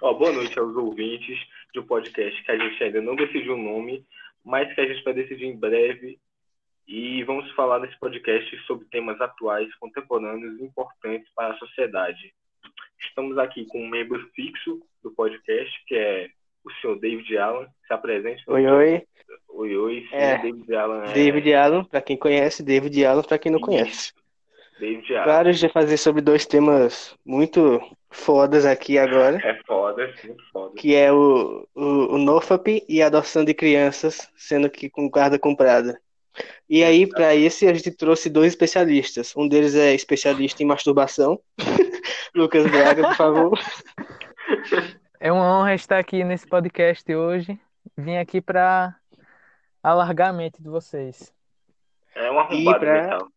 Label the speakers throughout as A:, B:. A: Ó, boa noite aos ouvintes do podcast que a gente ainda não decidiu o nome, mas que a gente vai decidir em breve. E vamos falar nesse podcast sobre temas atuais, contemporâneos e importantes para a sociedade. Estamos aqui com um membro fixo do podcast, que é o senhor David Allen. Se apresente.
B: Oi, oi.
A: Oi, oi. senhor
B: É.
A: David Allen. é-
B: David Allen, para quem conhece, David Allen, para quem não conhece.
A: David Allen.
B: Claro, a gente vai fazer sobre dois temas muito fodas aqui agora,
A: É foda, muito foda.
B: que é o, o, o NOFAP e a adoção de crianças, sendo que com guarda comprada. E aí, para esse, a gente trouxe dois especialistas. Um deles é especialista em masturbação. Lucas Braga, por favor.
C: É uma honra estar aqui nesse podcast hoje. Vim aqui para alargar a mente de vocês.
A: É um arrombado
B: E pra-
A: mental.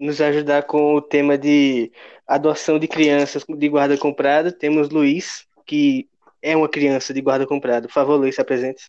B: Nos ajudar com o tema de adoção de crianças de guarda comprada. Temos Luiz, que é uma criança de guarda comprada. Por favor, Luiz, se apresente.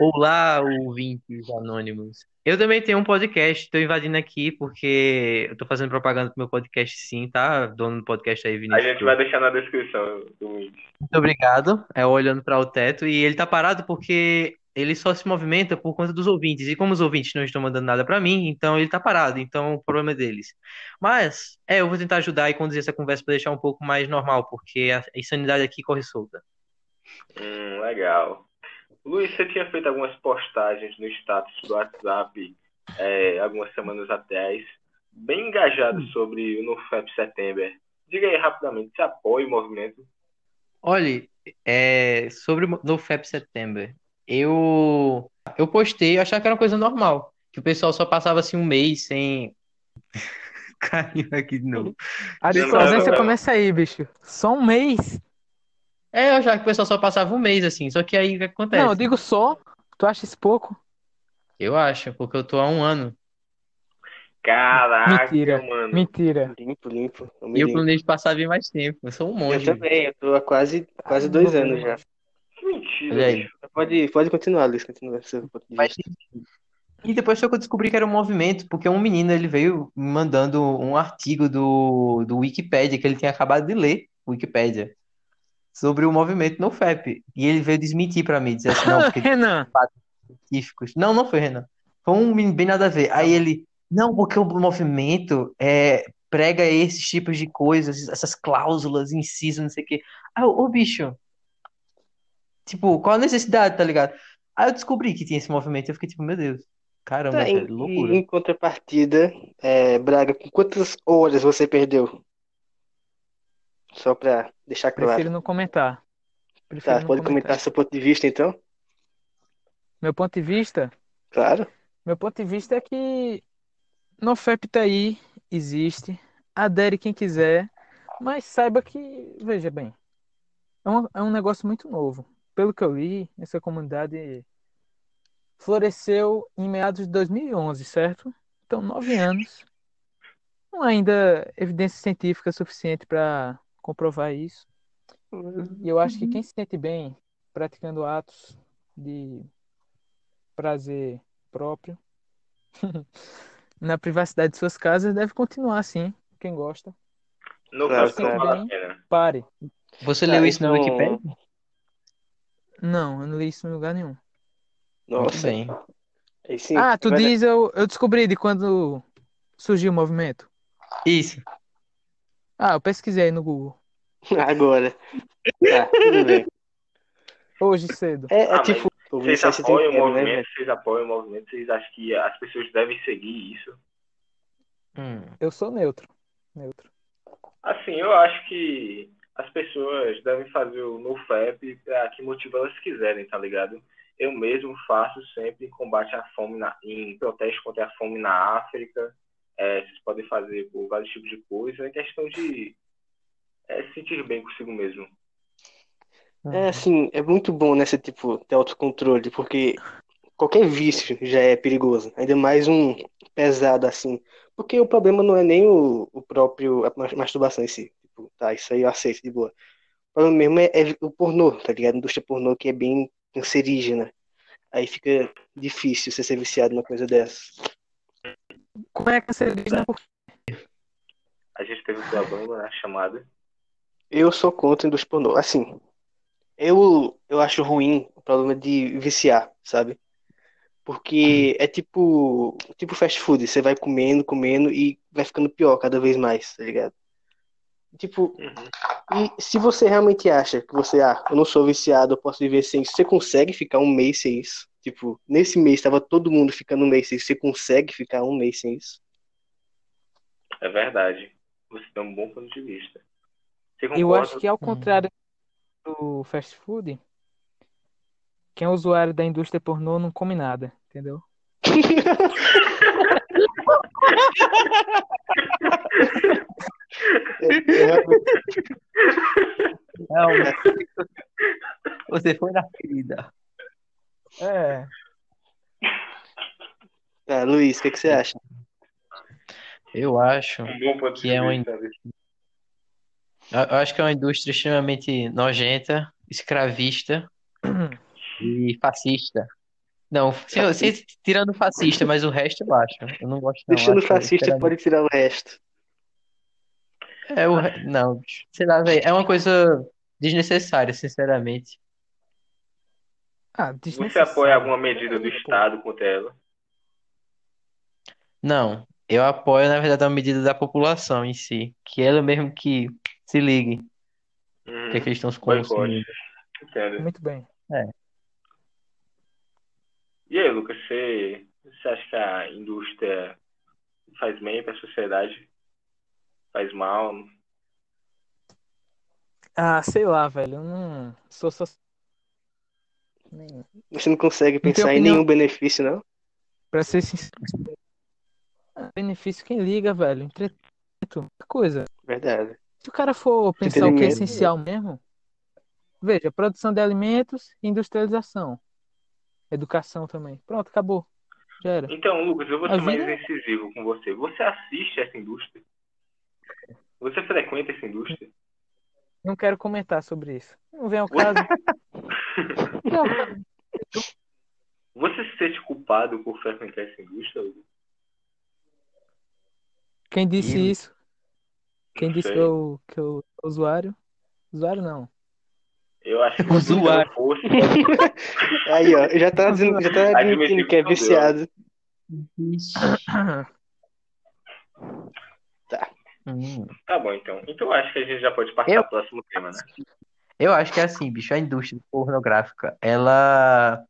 D: Olá, ouvintes anônimos. Eu também tenho um podcast, estou invadindo aqui porque eu tô fazendo propaganda pro meu podcast sim, tá? Dono do podcast aí,
A: A
D: Vinícius.
A: gente vai deixar na descrição do vídeo.
D: Muito obrigado. É olhando para o teto e ele tá parado porque ele só se movimenta por conta dos ouvintes. E como os ouvintes não estão mandando nada para mim, então ele tá parado, então o problema é deles. Mas é, eu vou tentar ajudar e conduzir essa conversa para deixar um pouco mais normal, porque a insanidade aqui corre solta.
A: Hum, legal. Luiz, você tinha feito algumas postagens no status do WhatsApp é, algumas semanas atrás, bem engajado sobre o NoFap Setembro. Diga aí rapidamente, você apoia o movimento?
D: Olha, é, sobre o NoFap September, eu eu postei, eu achava que era uma coisa normal, que o pessoal só passava assim um mês sem. Caiu aqui de novo.
C: A
A: Demais,
C: discordância
A: né?
C: começa aí, bicho. Só um mês?
D: É, eu achava que o pessoal só passava um mês assim, só que aí o que acontece?
C: Não, eu digo só. Tu acha isso pouco?
D: Eu acho, porque eu tô há um ano.
A: Caraca,
C: Mentira.
B: Hum.
A: mano.
C: Mentira.
B: Limpo, limpo. Eu,
D: E
B: me
D: eu
B: limpo.
D: planejo passar bem mais tempo. Eu sou um
B: eu
D: monge.
B: também, eu tô há quase, quase
D: Ah,
B: dois
C: Caramba.
B: anos já.
A: Que mentira,
D: Olha aí.
A: bicho.
B: Pode, pode continuar, Luiz, continua. seu ponto de
D: Mas-
B: vista.
D: E depois foi que eu descobri que era um movimento, porque um menino ele veio me mandando um artigo do, do Wikipedia que ele tinha acabado de ler, Wikipedia, sobre o movimento no FEP. E ele veio desmentir pra mim, dizer assim, não, porque
C: Renan,
D: científicos. Não, não foi, Renan. Foi um menino bem nada a ver. Aí ele, não, porque o movimento é, prega esses tipos de coisas, essas cláusulas, incisos, não sei o quê. Aí eu, ô bicho, tipo, qual a necessidade, tá ligado? Aí eu descobri que tinha esse movimento e eu fiquei tipo, meu Deus, caramba,
B: Tá, em,
D: velho, é loucura.
B: em contrapartida, é, Braga, com quantas horas você perdeu? Só pra deixar claro.
C: prefiro não comentar. Prefiro
B: Tá,
C: não
B: pode comentar seu ponto de vista, então?
C: Meu ponto de vista
B: Claro.
C: Meu ponto de vista é que NoFap tá aí, existe, adere quem quiser, mas saiba que, veja bem, é um, é um negócio muito novo. Pelo que eu li, essa comunidade floresceu em meados de 2011, certo? Então, nove anos. Não há ainda evidência científica suficiente para comprovar isso. E eu acho que quem se sente bem praticando atos de prazer próprio, na privacidade de suas casas, deve continuar assim. Quem gosta,
A: Não
B: Claro,
A: faz não
C: claro.
A: vale a pena.
C: pare.
D: Você
B: Tá,
D: leu isso no
B: então-
D: Wikipedia?
C: Não, eu não li isso em lugar nenhum.
D: Muito
B: Nossa.
D: bem.
B: Aí sim, é
C: ah, tu
B: vai-
C: diz, eu, eu descobri de quando surgiu o movimento.
D: Isso.
C: Ah, eu pesquisei aí no Google.
B: Agora. Tá, tudo bem.
C: Hoje cedo.
B: É, é
A: Ah, mas
B: tipo. o
A: Vocês
B: Vicente tem
A: apoiam o
B: dinheiro, né,
A: movimento? Vocês apoiam o movimento? Vocês acham que as pessoas devem seguir isso?
D: Hum.
C: Eu sou neutro. Neutro.
A: Assim, eu acho que as pessoas devem fazer o NoFap para que motivo elas quiserem, tá ligado? Eu mesmo faço sempre em combate à fome, na, em protesto contra a fome na África. É, vocês podem fazer por vários tipos de coisa. É questão de é, se sentir bem consigo mesmo.
B: É assim, é muito bom, né, você, tipo, ter autocontrole, porque qualquer vício já é perigoso, ainda mais um pesado assim. Porque o problema não é nem o, o próprio, a mas- masturbação em si. Tipo, tá, isso aí eu aceito de boa. O problema mesmo é, é o pornô, tá ligado? A indústria pornô que é bem cancerígena. Aí fica difícil você ser viciado numa coisa dessa.
C: como é cancerígena porque
A: A gente teve um problema na chamada.
B: Eu sou contra indústria pornô. Assim, eu, eu acho ruim o problema de viciar, sabe? Porque é tipo, tipo fast food, você vai comendo, comendo e vai ficando pior cada vez mais, tá ligado? Tipo, e se você realmente acha que você, ah, eu não sou viciado, eu posso viver sem isso, você consegue ficar um mês sem isso? Tipo, nesse mês tava todo mundo ficando um mês sem isso, você consegue ficar um mês sem isso?
A: É verdade. Você tem um bom ponto de vista. Você
C: eu acho
A: concorda?
C: que ao contrário do fast food, quem é usuário da indústria pornô não come nada, entendeu?
B: É,
D: Realmente. né? Você foi na ferida.
C: É.
B: Ah, Luiz, o que, que você acha?
D: Eu acho.
A: um bom ponto
D: que
A: de
D: é um
A: vista. né?
D: Eu eu acho que é uma indústria extremamente nojenta, escravista
B: Uhum.
D: e fascista. Não, se- se- tirando fascista, mas o resto eu acho. Eu não gosto, não.
B: Deixando
D: acho, é
B: fascista,
D: sinceramente.
B: pode tirar o resto.
D: É, o re- não, bicho. sei lá, velho. É uma coisa desnecessária, sinceramente.
A: Você
C: Ah,
A: apoia
C: desnecessário. né,
A: alguma medida do
C: Pô,
A: Estado contra ela?
D: Não, eu apoio, na verdade, a medida da população em si, que ela mesmo que se ligue, o
A: Uhum.
D: que é que eles estão se
A: Boicote.
D: consumindo.
A: Entendo.
C: Muito bem.
A: E aí, Lucas, você, você acha que a indústria faz bem para a sociedade? Faz mal?
C: Ah, sei lá, velho. Eu não sou só. Nem-
B: Você não consegue
C: tem
B: pensar em
C: opinião.
B: nenhum benefício, não?
C: Pra ser sincero. ah, Benefício quem liga, velho. Entretenimento. muita Coisa.
B: Verdade.
C: Se o cara for pensar o que é
B: Entretenimento.
C: essencial mesmo, veja, produção de alimentos, industrialização. Educação também. Pronto, acabou. Já era.
A: Então, Lucas, eu vou
C: A
A: ser mais
D: é
C: vida-
A: incisivo com você. Você assiste essa indústria? Você frequenta essa indústria?
C: Não quero comentar sobre isso. Não vem ao caso. Não,
A: Você se sente culpado por frequentar essa indústria? Lucas?
C: Quem disse
D: Eu-
C: isso? Quem
A: Não
C: disse
A: sei.
C: que eu, que eu sou usuário? Usuário não.
A: Eu acho que se você
D: Usuário.
A: não fosse,
B: Aí, ó, já tá, dizendo, já tá admitindo que é viciado.
D: Hum.
A: Tá bom, então. Então eu acho que a gente já pode passar
D: Eu-
A: para o próximo tema, né?
D: Eu acho que é assim, bicho, a indústria pornográfica, ela,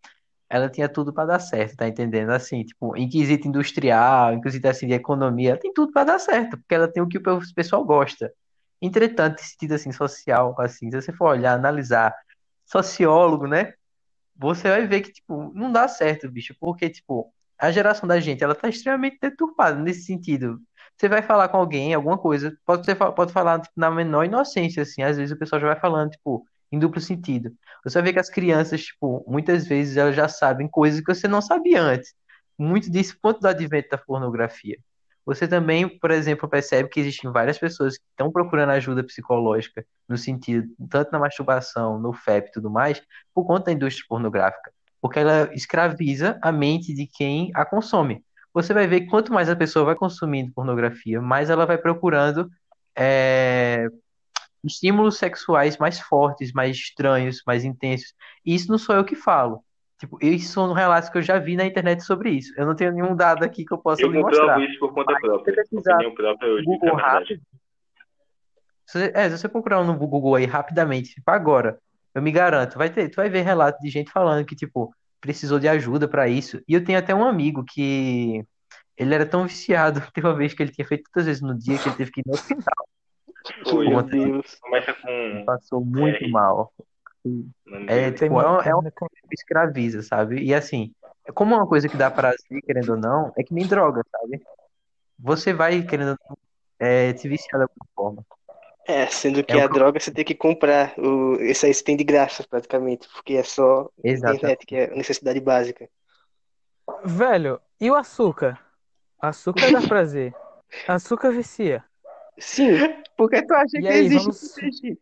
D: ela tinha tudo pra dar certo, tá entendendo? Assim, tipo, em quesito industrial, em quesito assim de economia, tem tudo pra dar certo, porque ela tem o que o pe- pessoal gosta. Entretanto, em sentido assim social, assim, se você for olhar, analisar, sociólogo, né? Você vai ver que tipo, não dá certo, bicho, porque tipo, a geração da gente, ela tá extremamente deturpada nesse sentido. Você vai falar com alguém, alguma coisa, pode, ser, fa- pode falar tipo, na menor inocência, assim, às vezes o pessoal já vai falando, tipo, em duplo sentido. Você vai ver que as crianças, tipo, muitas vezes elas já sabem coisas que você não sabia antes. Muito disso quanto do advento da pornografia. Você também, por exemplo, percebe que existem várias pessoas que estão procurando ajuda psicológica, no sentido, tanto na masturbação, no FEP e tudo mais, por conta da indústria pornográfica. Porque ela escraviza a mente de quem a consome você vai ver que quanto mais a pessoa vai consumindo pornografia, mais ela vai procurando é, estímulos sexuais mais fortes, mais estranhos, mais intensos. E isso não sou eu que falo. Tipo, isso são relatos que eu já vi na internet sobre isso. Eu não tenho nenhum dado aqui que eu possa
A: Eu
D: lhe
A: comprovo
D: mostrar.
A: isso por conta
D: Mas
A: própria.
D: você pesquisar
A: Opinião própria eu digo
D: Google
A: a verdade.
D: rápido. Se, é, se você procurar no Google aí rapidamente, tipo agora, eu me garanto, vai ter, tu vai ver relato de gente falando que, tipo, precisou de ajuda pra isso. E eu tenho até um amigo que ele era tão viciado, teve uma vez que ele tinha feito tantas vezes no dia que ele teve que ir no hospital,
A: Foi.
B: Meu Deus.
A: Começa com.
D: passou muito mal.
A: Não
D: É,
A: sei.
D: tipo, é, um- é um
C: muita coisa.
D: que escraviza, sabe? E assim, como é uma coisa que dá prazer, querendo ou não, é que nem droga, sabe? Você vai, querendo ou não, é, se viciar de alguma forma.
B: É, sendo que
D: É o
B: a
D: que-
B: droga você tem que comprar. O... Esse aí você tem de graça, praticamente, porque é só
D: Exatamente.
B: internet, que é a necessidade básica.
C: Velho, e o açúcar? Açúcar dá prazer. Açúcar vicia.
B: Sim,
D: Porque tu acha
C: E
D: que
C: aí,
D: existe
C: vamos-
D: existe.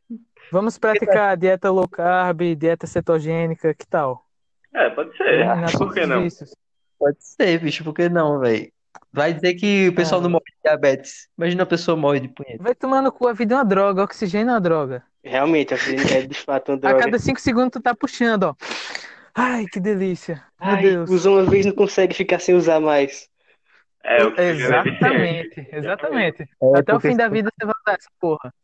C: Vamos praticar dieta low carb, dieta cetogênica, que tal?
A: É, pode ser.
C: Eliminar
A: Por
C: todos
A: que
C: os
A: não?
C: vícios.
D: Pode ser, bicho, por que não, velho? Vai dizer que o pessoal
C: Ah.
D: não morre de diabetes. Imagina a pessoa morre de punheta.
C: Vai tomar no cu, a vida é uma droga, oxigênio é uma droga.
B: Realmente, a Frida é de fato uma
C: A
B: droga.
C: cada cinco segundos tu tá puxando, ó. Ai, que delícia. Meu
B: Ai,
C: Deus.
B: usa uma vez não consegue ficar sem usar mais.
A: É, o que
C: Exatamente, exatamente.
D: É,
C: Até o
D: porque
C: fim da
D: se-
C: vida você vai usar essa porra.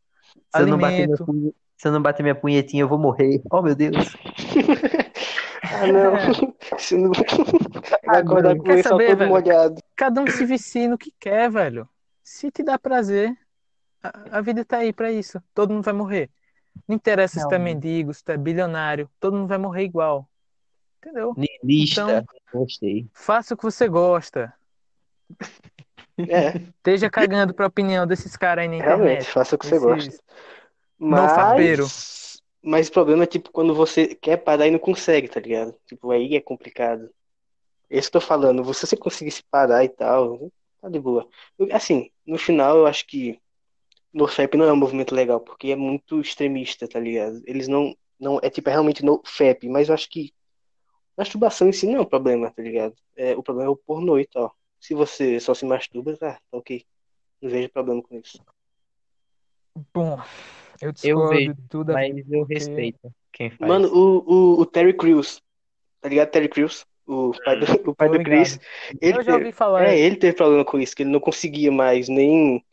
D: se eu não bater minha
C: Alimento.
D: punhe- se eu não bater minha punhetinha, eu vou morrer. Oh, meu Deus.
C: Então,
B: Ah, não. Se não... Vai
D: Ah,
B: acordar
D: não.
B: com
C: É. Quer
B: ele só
C: saber,
B: todo
C: velho?
B: molhado.
C: Cada um se vicia no que quer, velho. Se te dá prazer, a, a vida tá aí pra isso. Todo mundo vai morrer. Não interessa se tu é
D: Realmente.
C: mendigo, se tu é bilionário, todo mundo vai morrer igual. Entendeu?
D: Niilista.
C: Então-
D: Gostei.
C: Faça o que você gosta.
B: É,
C: Esteja cagando pra opinião desses caras aí na
B: realmente,
C: internet.
B: faça o que você gosta.
C: Esses-
B: Mas...
C: farpeiro.
B: Mas o problema é, tipo, quando você quer parar e não consegue, tá ligado? Tipo, aí é complicado. Esse que eu tô falando, você se conseguisse parar e tal, tá de boa. Eu- Assim, no final eu acho que no FEP não é um movimento legal, porque é muito extremista, tá ligado? Eles não, não é tipo, é realmente no FEP, mas eu acho que masturbação em si não é um problema, tá ligado? É, o problema é o pornô e tal. Se você só se masturba, tá, tá ok. Não vejo problema com isso.
C: Bom, eu discordo
D: vejo,
C: de tudo. a-
D: Mas eu respeito quem faz.
B: Mano, o, o, o Terry Crews, tá ligado? Terry Crews, o pai do, o pai
C: Hum, Tô
B: do
C: ligado.
B: Chris, ele
C: Eu já
B: teve,
C: ouvi falar.
B: é, ele teve problema com isso, que ele não conseguia mais nem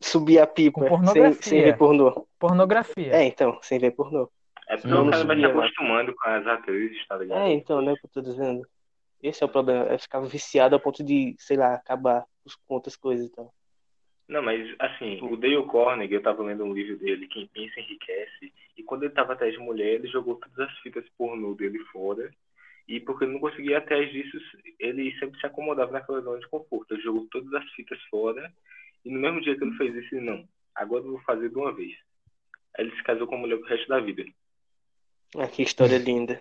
B: subir a pipa
C: Com
B: sem,
C: pornografia.
B: sem ver pornô.
C: Pornografia.
B: É, então, sem ver pornô.
A: É porque o cara vai se
B: Não, não.
A: acostumando com as atrizes, tá ligado?
B: É, então, né, o que eu tô dizendo. Esse é o problema, é ficar viciado a ponto de, sei lá, acabar os- com outras coisas e tal.
A: Não, mas assim, o Dale Carnegie, eu tava lendo um livro dele, Quem Pensa Enriquece, e quando ele tava atrás de mulher, ele jogou todas as fitas pornô dele fora, e porque ele não conseguia ir atrás disso, ele sempre se acomodava naquela zona de conforto, ele jogou todas as fitas fora, e no mesmo dia que ele fez isso, ele, não, agora eu vou fazer de uma vez. Aí ele se casou com a mulher pro resto da vida.
B: Ah, que história linda.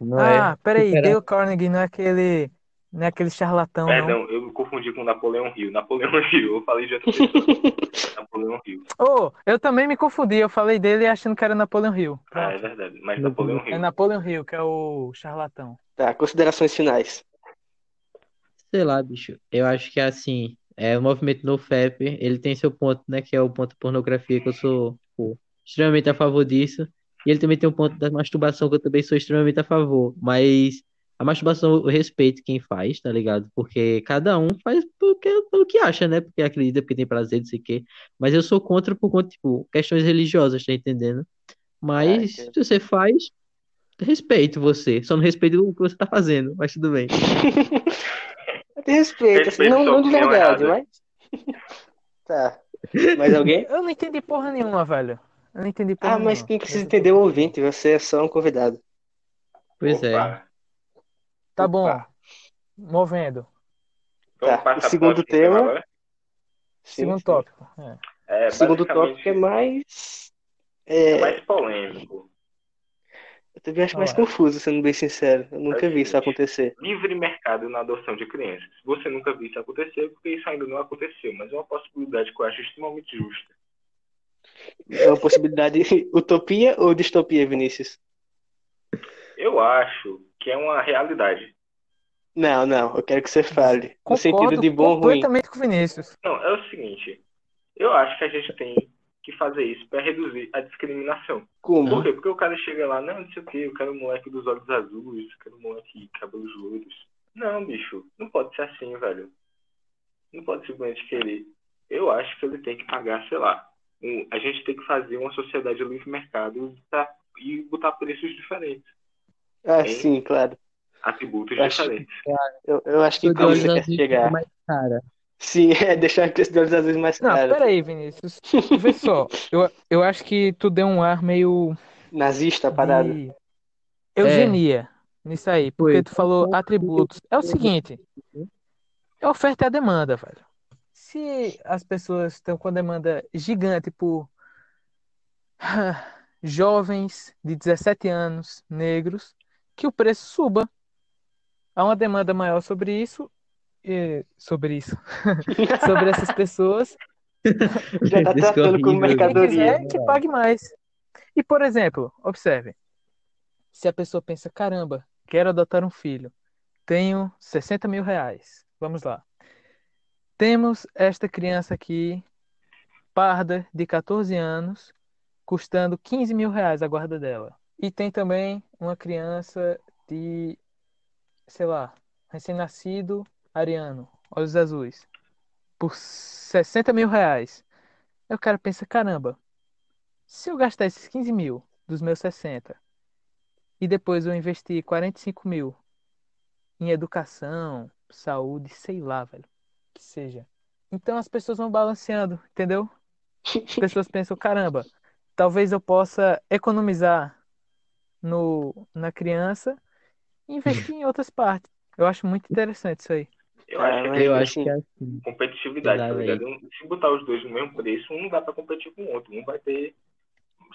D: Não é.
C: Ah, peraí,
D: Espera.
C: Dale Carnegie não é aquele, não é aquele charlatão, não.
A: Perdão, eu me confundi com Napoleão Hill. Napoleão Hill, eu falei de outra pessoa. Napoleão Hill.
C: Oh, eu também me confundi, eu falei dele achando que era Napoleon Hill.
A: Ah, é
C: Pronto.
A: verdade, mas
D: Meu
A: Napoleão
C: É
A: Hill.
C: Napoleon Hill, que é o charlatão.
B: Tá, considerações finais.
D: Sei lá, bicho. Eu acho que assim, é o movimento no FEP, ele tem seu ponto, né? Que é o ponto da pornografia, que eu sou, tipo, extremamente a favor disso. E ele também tem o ponto da masturbação, que eu também sou extremamente a favor. Mas a masturbação eu respeito quem faz, tá ligado? Porque cada um faz porque, o que acha, né? Porque acredita, porque tem prazer, não sei o quê. Mas eu sou contra por conta, tipo, questões religiosas, tá entendendo? Mas
B: Ah,
D: se você faz, respeito você. Só não respeito o que você tá fazendo, mas tudo bem.
B: Tem respeito, assim, não,
A: Respeito,
B: não de
A: opinião
B: verdade,
A: errada.
B: mas. Tá. Mais alguém?
C: Eu não entendi porra nenhuma, velho. Eu não entendi porra
B: Ah, mas
C: nenhuma.
B: quem precisa entender é o ouvinte, você é só um convidado.
D: Pois é.
A: Opa.
C: Tá bom,
B: Opa.
C: movendo.
A: Vamos
B: Tá,
A: passar
B: o
A: pro
B: segundo
A: próximo
B: tema.
A: agora?
B: Sim,
C: Segundo
B: sim.
C: tópico. É.
A: É,
B: O segundo
A: basicamente,
B: tópico é mais.
A: é
B: É,
A: mais polêmico.
B: eu também acho
C: Ah,
B: mais
C: é.
B: confuso, sendo bem sincero. Eu nunca vi isso acontecer.
A: Livre mercado na adoção de crianças. Você nunca viu isso acontecer, porque isso ainda não aconteceu, mas é uma possibilidade que eu acho extremamente justa.
B: É uma possibilidade utopia ou distopia, Vinícius?
A: Eu acho que é uma realidade.
B: Não, não, eu quero que você fale. No sentido
C: Concordo
B: de bom ou ruim.
C: completamente com o Vinícius.
A: Não, é o seguinte. Eu acho que a gente tem que fazer isso para reduzir a discriminação. Por
B: Como?
A: quê? Porque o cara chega lá, não, não sei o quê, eu quero um moleque dos olhos azuis, eu quero um moleque de cabelos loiros. Não, bicho, não pode ser assim, velho. Não pode simplesmente querer. Eu acho que ele tem que pagar, sei lá. um- a gente tem que fazer uma sociedade livre mercado e, tá- e botar preços diferentes,
B: Ah,
A: Hein?
B: sim, claro.
A: atributos
B: Eu acho-
A: diferentes.
B: Eu, eu acho que
D: Sou de
B: como você
D: olhos
B: quer
D: azuis,
B: chegar.
D: mas, é cara,
B: Sim, é deixar a criança de olhos azuis mais
C: Não,
B: cara.
C: peraí, Vinícius. Vê só, eu, eu acho que tu deu um ar meio
B: Nazista, a parada.
C: de eugenia nisso aí, porque
D: Foi.
C: tu falou atributos. É o seguinte, é a oferta e a demanda, velho. Se as pessoas estão com a demanda gigante por ah, jovens de 17 anos, negros, que o preço suba. Há uma demanda maior sobre isso, e- sobre isso, sobre essas pessoas,
B: Já tá
D: Isso que é
B: tratando como
C: quem
D: horrível,
B: mercadoria.
C: quiser que pague mais. E, por exemplo, observe. Se a pessoa pensa, caramba, quero adotar um filho, tenho 60 mil reais, Vamos lá. Temos esta criança aqui, parda, de 14 anos, custando 15 mil reais a guarda dela. E tem também uma criança de, sei lá, recém-nascido, ariano, olhos azuis, por 60 mil reais. Aí o cara pensa, caramba, se eu gastar esses 15 mil dos meus 60 e depois eu investir 45 mil em educação, saúde, sei lá, velho, que seja. Então as pessoas vão balanceando, entendeu? As pessoas pensam, caramba, talvez eu possa economizar no, na criança e investir em outras partes. Eu acho muito interessante isso aí.
A: Eu acho que é
D: Eu
B: Ah, mas,
D: acho que é assim.
A: competitividade, tá
D: Verdade,
A: ligado? Um- Se botar os dois no mesmo preço, um não dá pra competir com o outro. Um vai ter,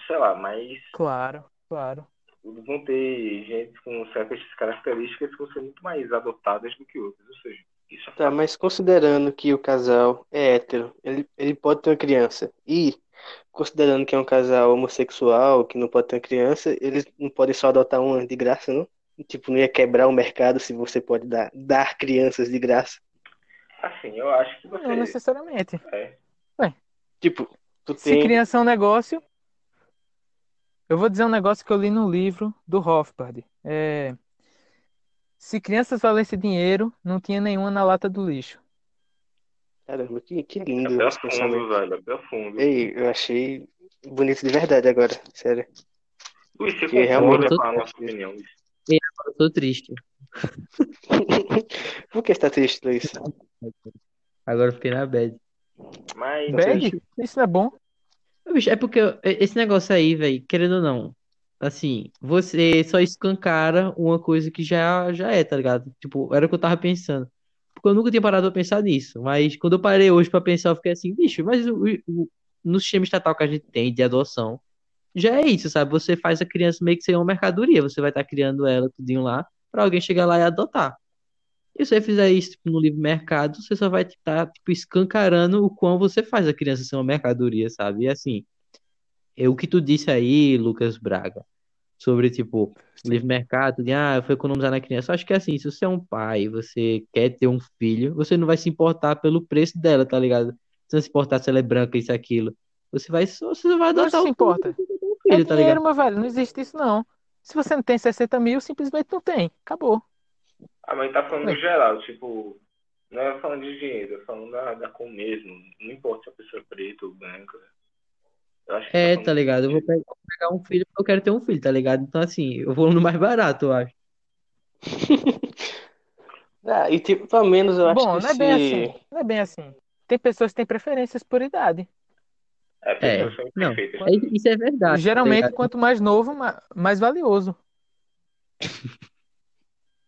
A: sei lá, mais.
C: Claro, claro.
A: Vão ter gente com certas características que vão ser muito mais adotadas do que outras. Ou seja, isso é
B: Tá, mas considerando que o casal é hétero, ele, ele pode ter uma criança. E considerando que é um casal homossexual, que não pode ter uma criança, eles não podem só adotar uma de graça, não? Tipo, não ia quebrar o mercado se você pode dar, dar crianças de graça.
A: assim. Eu acho que você. é,
C: Não necessariamente.
B: Tipo, tu
C: Se
B: tem.
C: criança é um negócio. Eu vou dizer um negócio que eu li no livro do Hofbard. É... Se crianças valessem dinheiro, não tinha nenhuma na lata do lixo.
B: Caramba, que, que
A: É
B: lindo
A: pra
B: esse pensamento.
A: fundo, velho. É pra fundo.
B: Ei, eu achei bonito de verdade agora, sério.
A: Luiz, você
B: que é
A: concorda
D: realmente-
A: com a nossa opinião? Luiz?
D: Eu tô triste.
B: Por que você tá triste, Luiz?
D: Agora eu fiquei na bad.
A: Mas.
B: Bem-
C: Bad? Isso não é bom?
D: Bicho, é porque eu- esse negócio aí, velho, querendo ou não, assim, você só escancara uma coisa que já, já é, tá ligado? Tipo, era o que eu tava pensando. Porque eu nunca tinha parado pra pensar nisso, mas quando eu parei hoje pra pensar, eu fiquei assim, bicho, mas o, o- no sistema estatal que a gente tem de adoção, já é isso, sabe? Você faz a criança meio que ser uma mercadoria, você vai estar criando ela tudinho lá, pra alguém chegar lá e adotar. E se você fizer isso, tipo, no livre mercado, você só vai estar, tipo, escancarando o quão você faz a criança ser uma mercadoria, sabe? E assim, é o que tu disse aí, Lucas Braga, sobre, tipo, livre mercado, de, ah, eu vou economizar na criança. Eu acho que assim, se você é um pai, e você quer ter um filho, você não vai se importar pelo preço dela, tá ligado? Você não se importar se ela é branca, isso, aquilo. Você vai só, você vai
C: Não
D: adotar
C: se
D: o
C: importa.
D: filho,
C: É
D: tá ligado?
C: dinheiro, mas velho, não existe isso não. Se você não tem 60 mil, simplesmente não tem. Acabou.
A: Ah, mas tá falando
C: Ué.
A: no geral, tipo, não é falando de dinheiro, é falando da, da cor mesmo. Não importa se a pessoa é preta ou branca. Eu acho que
D: É,
A: tá
D: tá ligado? Eu vou pegar, vou pegar um filho porque eu quero ter um filho, tá ligado? Então, assim, eu vou no mais barato, eu acho.
B: Ah, e tipo, pelo menos eu acho
C: Bom,
B: que
C: não é bem
B: se-
C: assim. Não é bem assim. Tem pessoas que têm preferências por idade.
A: É, pessoas são
D: não.
A: imperfeitas.
D: É, isso é
B: Ah,
D: verdade, tá
C: Geralmente,
D: ligado?
C: quanto mais novo, ma- mais valioso.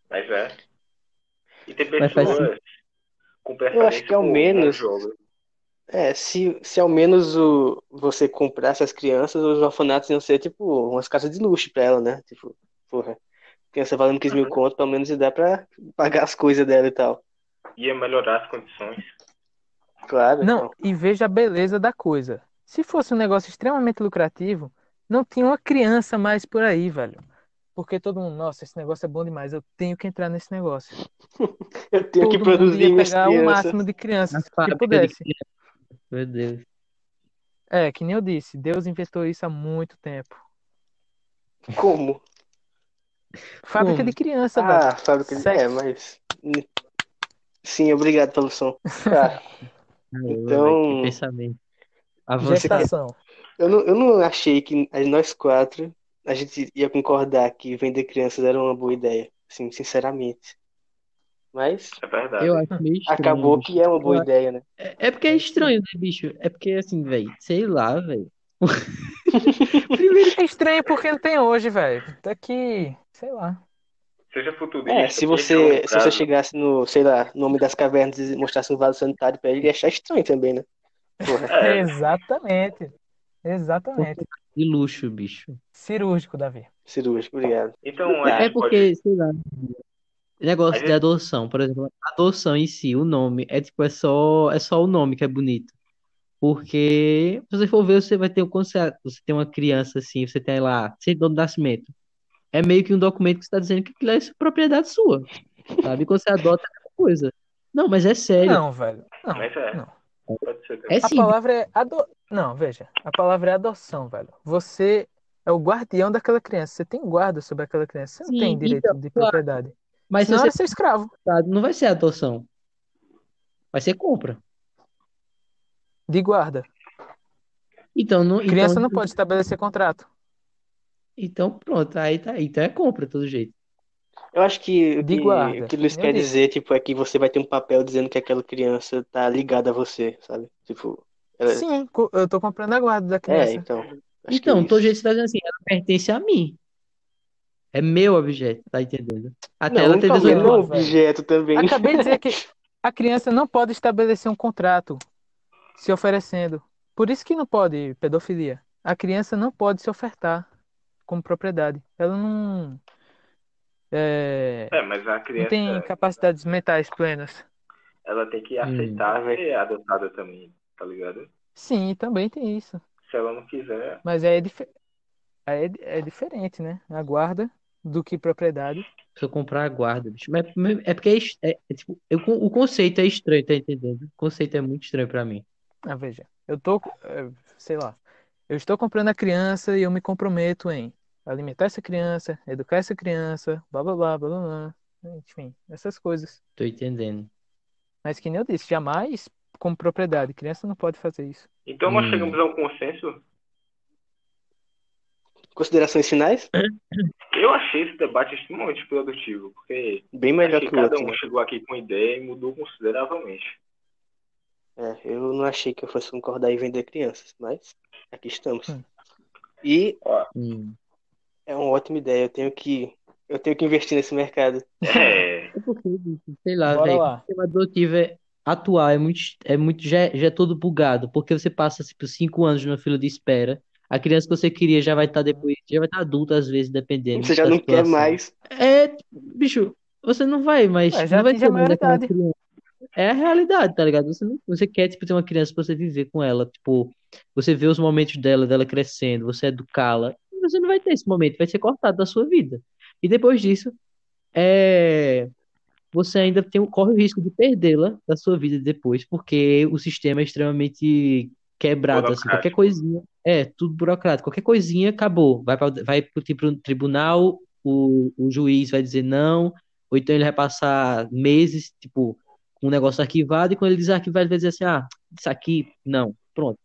A: Mas é. E tem
D: Mas faz
A: pessoas com
B: Eu acho que
A: preferência
B: ao
A: por
B: menos-
A: jogo.
B: É, se, se ao menos o, você comprasse as crianças, os orfanatos iam ser, tipo, umas casas de luxo pra ela, né? Tipo, porra, criança valendo 15 mil conto, pelo menos dá pra pagar as coisas dela e tal.
A: Ia é melhorar as condições.
B: Claro.
C: Não, e veja a beleza da coisa. Se fosse um negócio extremamente lucrativo, não tinha uma criança mais por aí, velho. Porque todo mundo, nossa, esse negócio é bom demais, eu tenho que entrar nesse negócio.
B: Eu tenho que
C: Todo mundo
B: produzir
C: ia
B: minhas
C: pegar o
B: crianças.
C: máximo de
D: Nas
C: crianças que
D: fábricas de
C: pudesse.
D: criança. Meu Deus.
C: É, que nem eu disse, Deus inventou isso há muito tempo.
B: Como?
C: Fábrica
D: Como?
C: de criança, velho.
B: Ah, fábrica de... É,
C: Sexo.
B: mas... hum, Sim, obrigado pelo som. Tá,
D: Caramba,
B: Então- tá
D: velho, que pensamento. Avançado.
C: Gestação.
B: eu não, eu não achei que nós quatro a gente ia concordar que vender crianças era uma boa ideia. Sim, sinceramente. Mas...
A: É verdade.
D: Eu acho meio estranho,
B: Acabou
D: bicho.
B: que é uma boa
D: Eu-
B: ideia, né?
D: É, é porque é estranho, né, bicho? É porque, assim, velho, sei lá, velho. Primeiro,
C: É estranho porque não tem hoje, velho. Daqui, sei lá.
A: Seja um futurista.
B: É, se
A: pense a longo
B: você, se você
A: prazo.
B: chegasse no, sei lá, no Homem das Cavernas e mostrasse um vaso sanitário pra ele, ele ia achar estranho também, né? Porra.
A: É,
C: Exatamente. Exatamente.
D: de luxo, bicho.
C: Cirúrgico, Davi.
B: Cirúrgico, obrigado.
A: então, a
D: É
A: gente pode...
D: porque, sei lá, negócio
A: A gente-
D: de adoção, por exemplo, adoção em si, o nome, é tipo, é só, é só o nome que é bonito. Porque, se você for ver, você vai ter um conceito, você tem uma criança assim, você tem lá, certidão de nascimento. tá É meio que um documento que você está dizendo que aquilo é propriedade sua, sabe? Quando você adota aquela coisa. Não, mas é sério.
C: Não, velho. Não,
A: Mas é.
C: não.
A: Pode ser também.
D: É
C: A
D: sim.
C: palavra é ado... Não, veja. A palavra é adoção, velho. Você é o guardião daquela criança. Você tem guarda sobre aquela criança. Você não
D: Sim,
C: tem direito
D: então,
C: de
D: claro.
C: propriedade.
D: Mas se
C: Senão
D: você
C: era seu escravo.
D: tá, não vai ser adoção. Vai ser compra.
C: De guarda.
D: Então não.
C: Criança
D: então,
C: não pode estabelecer contrato.
D: Então pronto, aí tá. Então é compra, de todo jeito.
B: Eu acho que o
C: De
B: que,
C: guarda,
B: o que o Luiz
C: eu
B: quer
C: disse.
B: dizer, tipo, é que você vai ter um papel dizendo que aquela criança tá ligada a você, sabe? Tipo, ela-
C: Sim, co- eu tô comprando a guarda da
B: é,
C: criança.
B: então. acho que
D: Então,
B: é
D: todo
B: isso.
D: jeito você tá dizendo assim, ela pertence a mim. É meu objeto, tá entendendo? Até
B: Não, então,
D: ela ter
B: talvez
D: 18
B: não
D: anos.
C: anos, velho.
B: um objeto também.
C: Acabei de dizer que a criança não pode estabelecer um contrato se oferecendo. Por isso que não pode pedofilia. A criança não pode se ofertar como propriedade. Ela não, é,
A: É, mas a
C: não
A: criança,
C: tem capacidades mentais plenas.
A: ela tem
B: Hum.
A: que aceitar ser adotada também, tá ligado?
C: Sim, também tem isso.
A: Se ela não quiser,
C: Mas aí é, dif- aí é di- é diferente, né? A guarda do que propriedade.
D: Se eu comprar a guarda, bicho. Mas mas é porque é, est- é- é tipo, eu con- o conceito é estranho, tá entendendo? O conceito é muito estranho pra mim.
C: Ah, veja, eu tô, eh, sei lá, eu estou comprando a criança e eu me comprometo em alimentar essa criança, educar essa criança, blá blá blá blá blá, blá, enfim, essas coisas.
D: Tô entendendo.
C: Mas que nem eu disse, jamais como propriedade, criança não pode fazer isso.
A: então nós
D: Hum.
A: chegamos a um consenso.
B: Considerações finais?
A: Eu achei esse debate extremamente produtivo, porque
B: Bem melhor
A: acho que
B: que o
A: cada
B: outro.
A: um
B: né?
A: chegou aqui com ideia e mudou consideravelmente.
B: É, eu não achei que eu fosse concordar em vender crianças, mas aqui estamos.
C: Hum.
B: E
D: Hum.
B: é uma ótima ideia. Eu tenho que, eu tenho que investir nesse mercado.
A: É,
D: É porque, bicho, sei lá,
C: Bora
D: velho.
C: lá.
D: O sistema adotivo é atual, é muito, é muito, já, é- já é todo bugado, porque você passa, tipo, cinco anos numa fila de espera. A criança que você queria já vai estar depois, já vai estar adulta às vezes, dependendo
B: Você já
D: da
B: não quer
D: situação.
B: mais.
D: É, bicho, você não vai mais,
C: É, já
D: não vai
C: atinge a
D: ter mais aquela
C: maioridade.
D: criança. É a realidade, tá ligado? Você, não, você quer, tipo, ter uma criança pra você viver com ela, tipo, você vê os momentos dela, dela crescendo, você educá-la, e você não vai ter esse momento, vai ser cortado da sua vida. E depois disso, é, você ainda tem, corre o risco de perdê-la da sua vida depois, porque o sistema é extremamente quebrado, assim, qualquer
A: Burocrático.
D: coisinha, é, tudo burocrático, qualquer coisinha, acabou, vai para vai pro tri- tribunal, o, o juiz vai dizer não, ou então ele vai passar meses, tipo, com um negócio arquivado, e quando ele desarquivar, ele vai dizer assim, ah, isso aqui, não, pronto.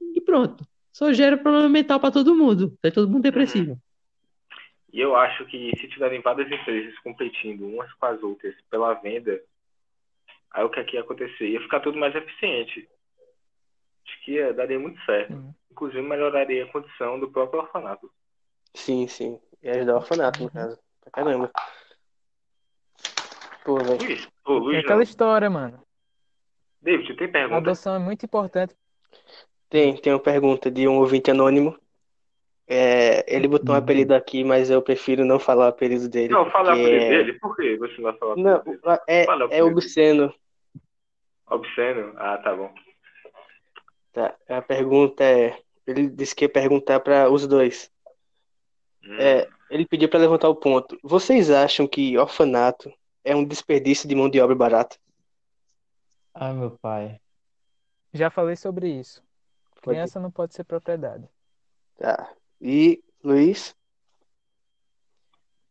D: E pronto. Só gera problema mental pra todo mundo. Tá todo mundo depressivo.
A: e eu acho que se tiverem várias empresas competindo umas com as outras pela venda, aí o que é que ia acontecer? Ia ficar tudo mais eficiente. Acho que ia, daria muito certo.
C: Sim.
A: Inclusive melhoraria a condição do próprio orfanato.
B: Sim, sim. E ajudar o orfanato, no caso. Pra caramba. Pô, velho.
A: Luiz, ô,
C: É
A: Luiz
C: aquela
A: não.
C: história, mano.
A: David, tem
C: A
A: pergunta?
C: adoção é muito importante.
B: Tem, tem uma pergunta de um ouvinte anônimo. É, ele botou um
D: Hum.
B: apelido aqui, mas eu prefiro não falar o apelido dele.
A: Não, fala a
B: porque
A: apelido
B: é-
A: dele. Por que você não vai falar
B: Não,
A: apelido dele?
B: é,
A: Fala o
B: é
A: apelido.
B: obsceno.
A: Obsceno? Ah, tá bom.
B: Tá, a pergunta é. Ele disse que ia perguntar para os dois.
A: Hum.
B: É, ele pediu para levantar o ponto. Vocês acham que orfanato é um desperdício de mão de obra barata?
D: Ai, Ah, meu pai.
C: Já falei sobre isso.
B: Pode-
C: Criança não pode ser propriedade.
B: Tá. E, Luiz?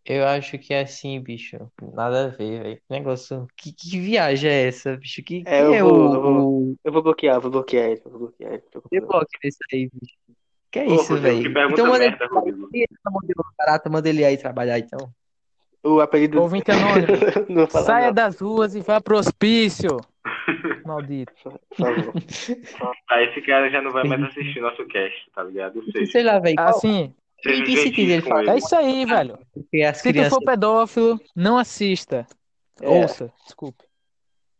E: Eu acho que é assim, bicho. Nada a ver, velho. Que Negócio. Que, que viagem é essa, bicho? Que, que
B: É, eu
E: é
B: vou- eu
E: o, o...
B: Eu vou bloquear, vou bloquear ele. Vou bloquear ele. tô com
E: Que
B: problema.
E: bloco é esse aí, bicho? Que é
A: Ô,
E: isso,
A: Rodrigo,
E: velho?
A: que pergunta
E: Então manda ele
A: merda, Rodrigo.
E: tá mandando barata, manda ele aí trabalhar, então.
B: O apelido.
C: Ouvinte anônimo,
B: Não vou falar,
C: saia
B: não,
C: das ruas e vá pro hospício. Maldito.
B: por favor.
A: Tá, esse cara já não vai mais assistir nosso cast, tá ligado? Ou seja,
E: Sei lá, velho. qual-
C: Assim,
A: seja
E: que sentido
A: gentil
E: ele
A: com
E: fala?
C: é isso aí, velho.
E: Porque é as
C: Se tu
E: crianças.
C: for pedófilo, não assista.
B: É.
C: Ouça, desculpe.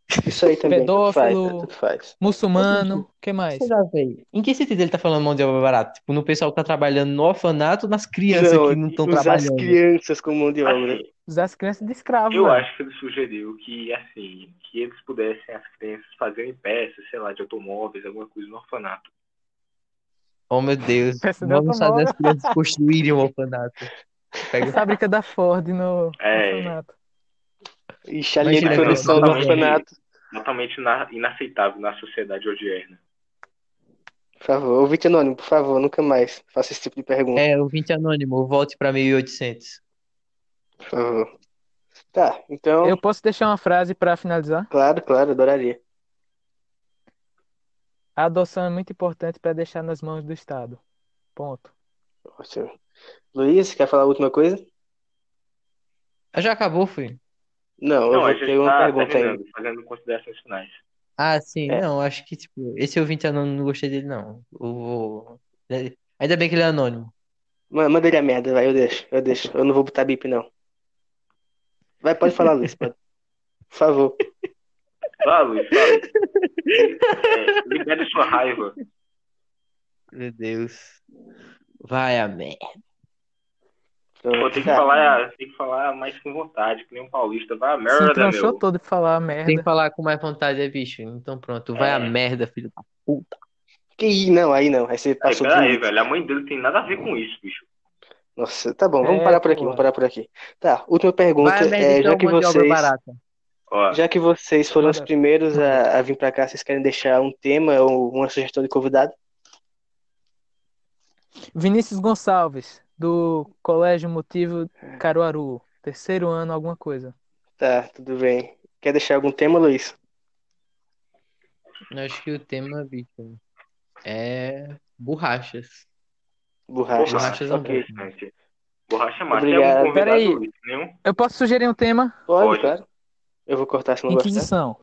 B: Isso aí também, tudo faz,
C: Pedófilo.
B: né? Tudo faz.
C: Muçulmano, o que mais?
E: Sei lá, velho. Em que sentido ele tá falando mão de obra barata? Tipo, no pessoal que tá trabalhando no orfanato, ou nas crianças que não estão
B: usar
E: trabalhando.
B: as crianças como mão de obra.
A: Assim,
C: Usar as crianças de escravo,
A: eu
C: velho.
A: acho que ele sugeriu que, assim, que eles pudessem, as crianças, fazerem peças, sei lá, de automóveis, alguma coisa no orfanato.
E: Oh, meu Deus.
C: Peça de
E: Vamos fazer
C: automóvel.
E: as crianças construírem um orfanato. Pega
C: Fábrica da Ford no
A: É.
C: orfanato.
B: Ixi, a linha de
D: Mas,
B: produção do
A: não, não,
B: orfanato.
A: Totalmente ina- inaceitável na sociedade odierna.
B: Por favor, ouvinte anônimo, por favor, nunca mais faça esse tipo de pergunta,
D: É, ouvinte anônimo, volte pra 1800.
B: por favor. Tá, então,
C: Eu posso deixar uma frase para finalizar?
B: claro, claro, adoraria.
C: A adoção é muito importante para deixar nas mãos do Estado. Ponto.
B: Ótimo. Luiz, quer falar a última coisa?
D: Ah, Já acabou, foi?
B: Não, eu
A: Não,
B: vou
A: a
B: ter
A: gente
B: uma
A: tá
B: pergunta ainda.
A: terminando, fazendo considerações finais.
D: Ah, sim,
B: É.
D: não, acho que, tipo, esse ouvinte anônimo não gostei dele, não. Eu vou- Ainda bem que ele é anônimo.
B: Ma- Manda ele a merda, vai, eu deixo, eu deixo. Eu não vou botar bip, não. Vai, pode falar, Luiz, pode. Por favor.
A: Fala, Luiz, fala. É, libere sua raiva.
D: Meu Deus. Vai, amém.
B: Pronto,
A: Pô, tem que
B: tá.
A: falar, é tem que falar mais com vontade, que nem um paulista. Vai a
C: Se
A: merda,
C: entranchou
A: meu.
C: todo pra falar
D: Tem que
C: merda.
D: falar com mais vontade, é bicho. Então pronto, vai
A: É.
D: a merda, filho da puta.
B: Que ih, não, aí não, aí você
A: Ai,
B: passou do
A: peraí,
B: limite.
A: É, velho. A mãe dele tem nada a ver com isso, bicho.
B: Nossa, tá bom, vamos
C: É,
B: parar por aqui,
C: porra.
B: vamos parar por aqui. Tá, última pergunta,
D: Vai a merda,
B: é,
D: então,
B: já que
D: mão de obra
B: vocês,
D: barata.
A: Ó,
B: já que vocês foram os
C: Manda.
B: primeiros a, a vir pra cá, vocês querem deixar um tema ou uma sugestão de convidado?
C: Vinícius Gonçalves, do Colégio Motivo Caruaru. Terceiro ano, alguma coisa.
B: Tá, tudo bem. Quer deixar algum tema, Luiz?
D: Eu Acho que o tema, bicho, né? é borrachas.
B: Borrachas.
A: Borrachas,
B: ok.
A: interessante. Borracha é massa. Tem
B: Obrigado.
A: algum convidado,
C: Peraí.
A: Luiz? Nenhum?
C: Eu posso sugerir um tema?
B: Pode,
A: Pode.
B: claro. Eu vou cortar se não gostar.
C: Inquisição.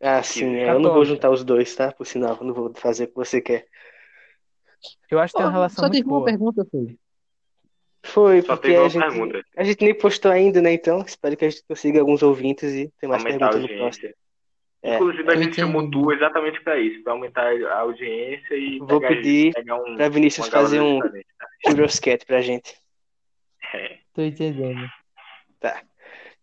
B: Ah, sim, é, eu não
C: Católica.
B: vou juntar os dois, tá? Por sinal, eu não vou fazer o que você quer.
C: Eu acho que tem uma relação
F: Só
C: muito
F: teve uma
C: boa.
F: pergunta, foi.
B: Foi,
A: Só
B: porque
A: teve
B: a
A: uma
B: gente,
A: pergunta.
B: a gente nem postou ainda, né? Então, espero que a gente consiga alguns ouvintes e ter mais
A: aumentar a
B: perguntas no próximo.
A: audiência.
B: É,
A: Inclusive, a
D: eu
A: gente chamou
D: entendo.
A: tu exatamente pra isso, pra aumentar a audiência e
B: Vou
A: pegar,
B: pedir
A: pegar um,
B: Pra Vinícius
A: uma galera
B: fazer um
A: diferente.
B: Curious Cat pra gente.
A: É.
D: Tô entendendo.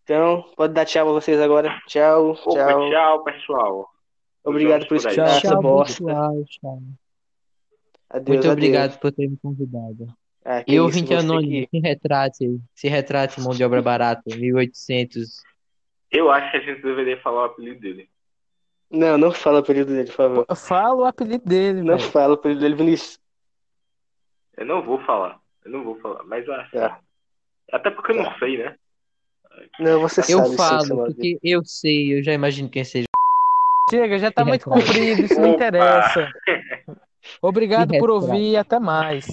B: Então, pode dar tchau pra vocês agora. Tchau,
A: Pô, mas
B: tchau.
A: tchau, pessoal.
B: Obrigado por
A: Tchau,
B: escutar essa
F: tchau,
B: bosta.
F: pessoal, tchau.
B: Adeus,
D: Muito
B: adeus.
D: obrigado por ter me convidado.
B: Ah, que
D: E
B: isso,
D: ouvinte
B: você
D: anônimo,
B: que-
D: se retrate, se retrate, mão de obra barata, 1800.
A: Eu acho que a gente deveria falar o apelido dele.
B: Não, não fala o período dele, por favor.
C: Fala o apelido dele,
B: Não
D: É.
C: velho.
B: fala o período dele, Vinícius.
A: Eu não vou falar. Eu não vou falar. Mas assim.
B: Tá.
A: Até porque eu não sei, né?
B: Não, você é
D: Eu
B: sabe sim, seu
D: falo,
B: maldito.
D: porque eu sei, eu já imagino quem seja.
C: Chega, já tá
D: Que
C: muito
D: recado.
C: comprido, isso não
A: Opa.
C: interessa. Obrigado
D: Que
C: por
D: recado.
C: ouvir e até mais.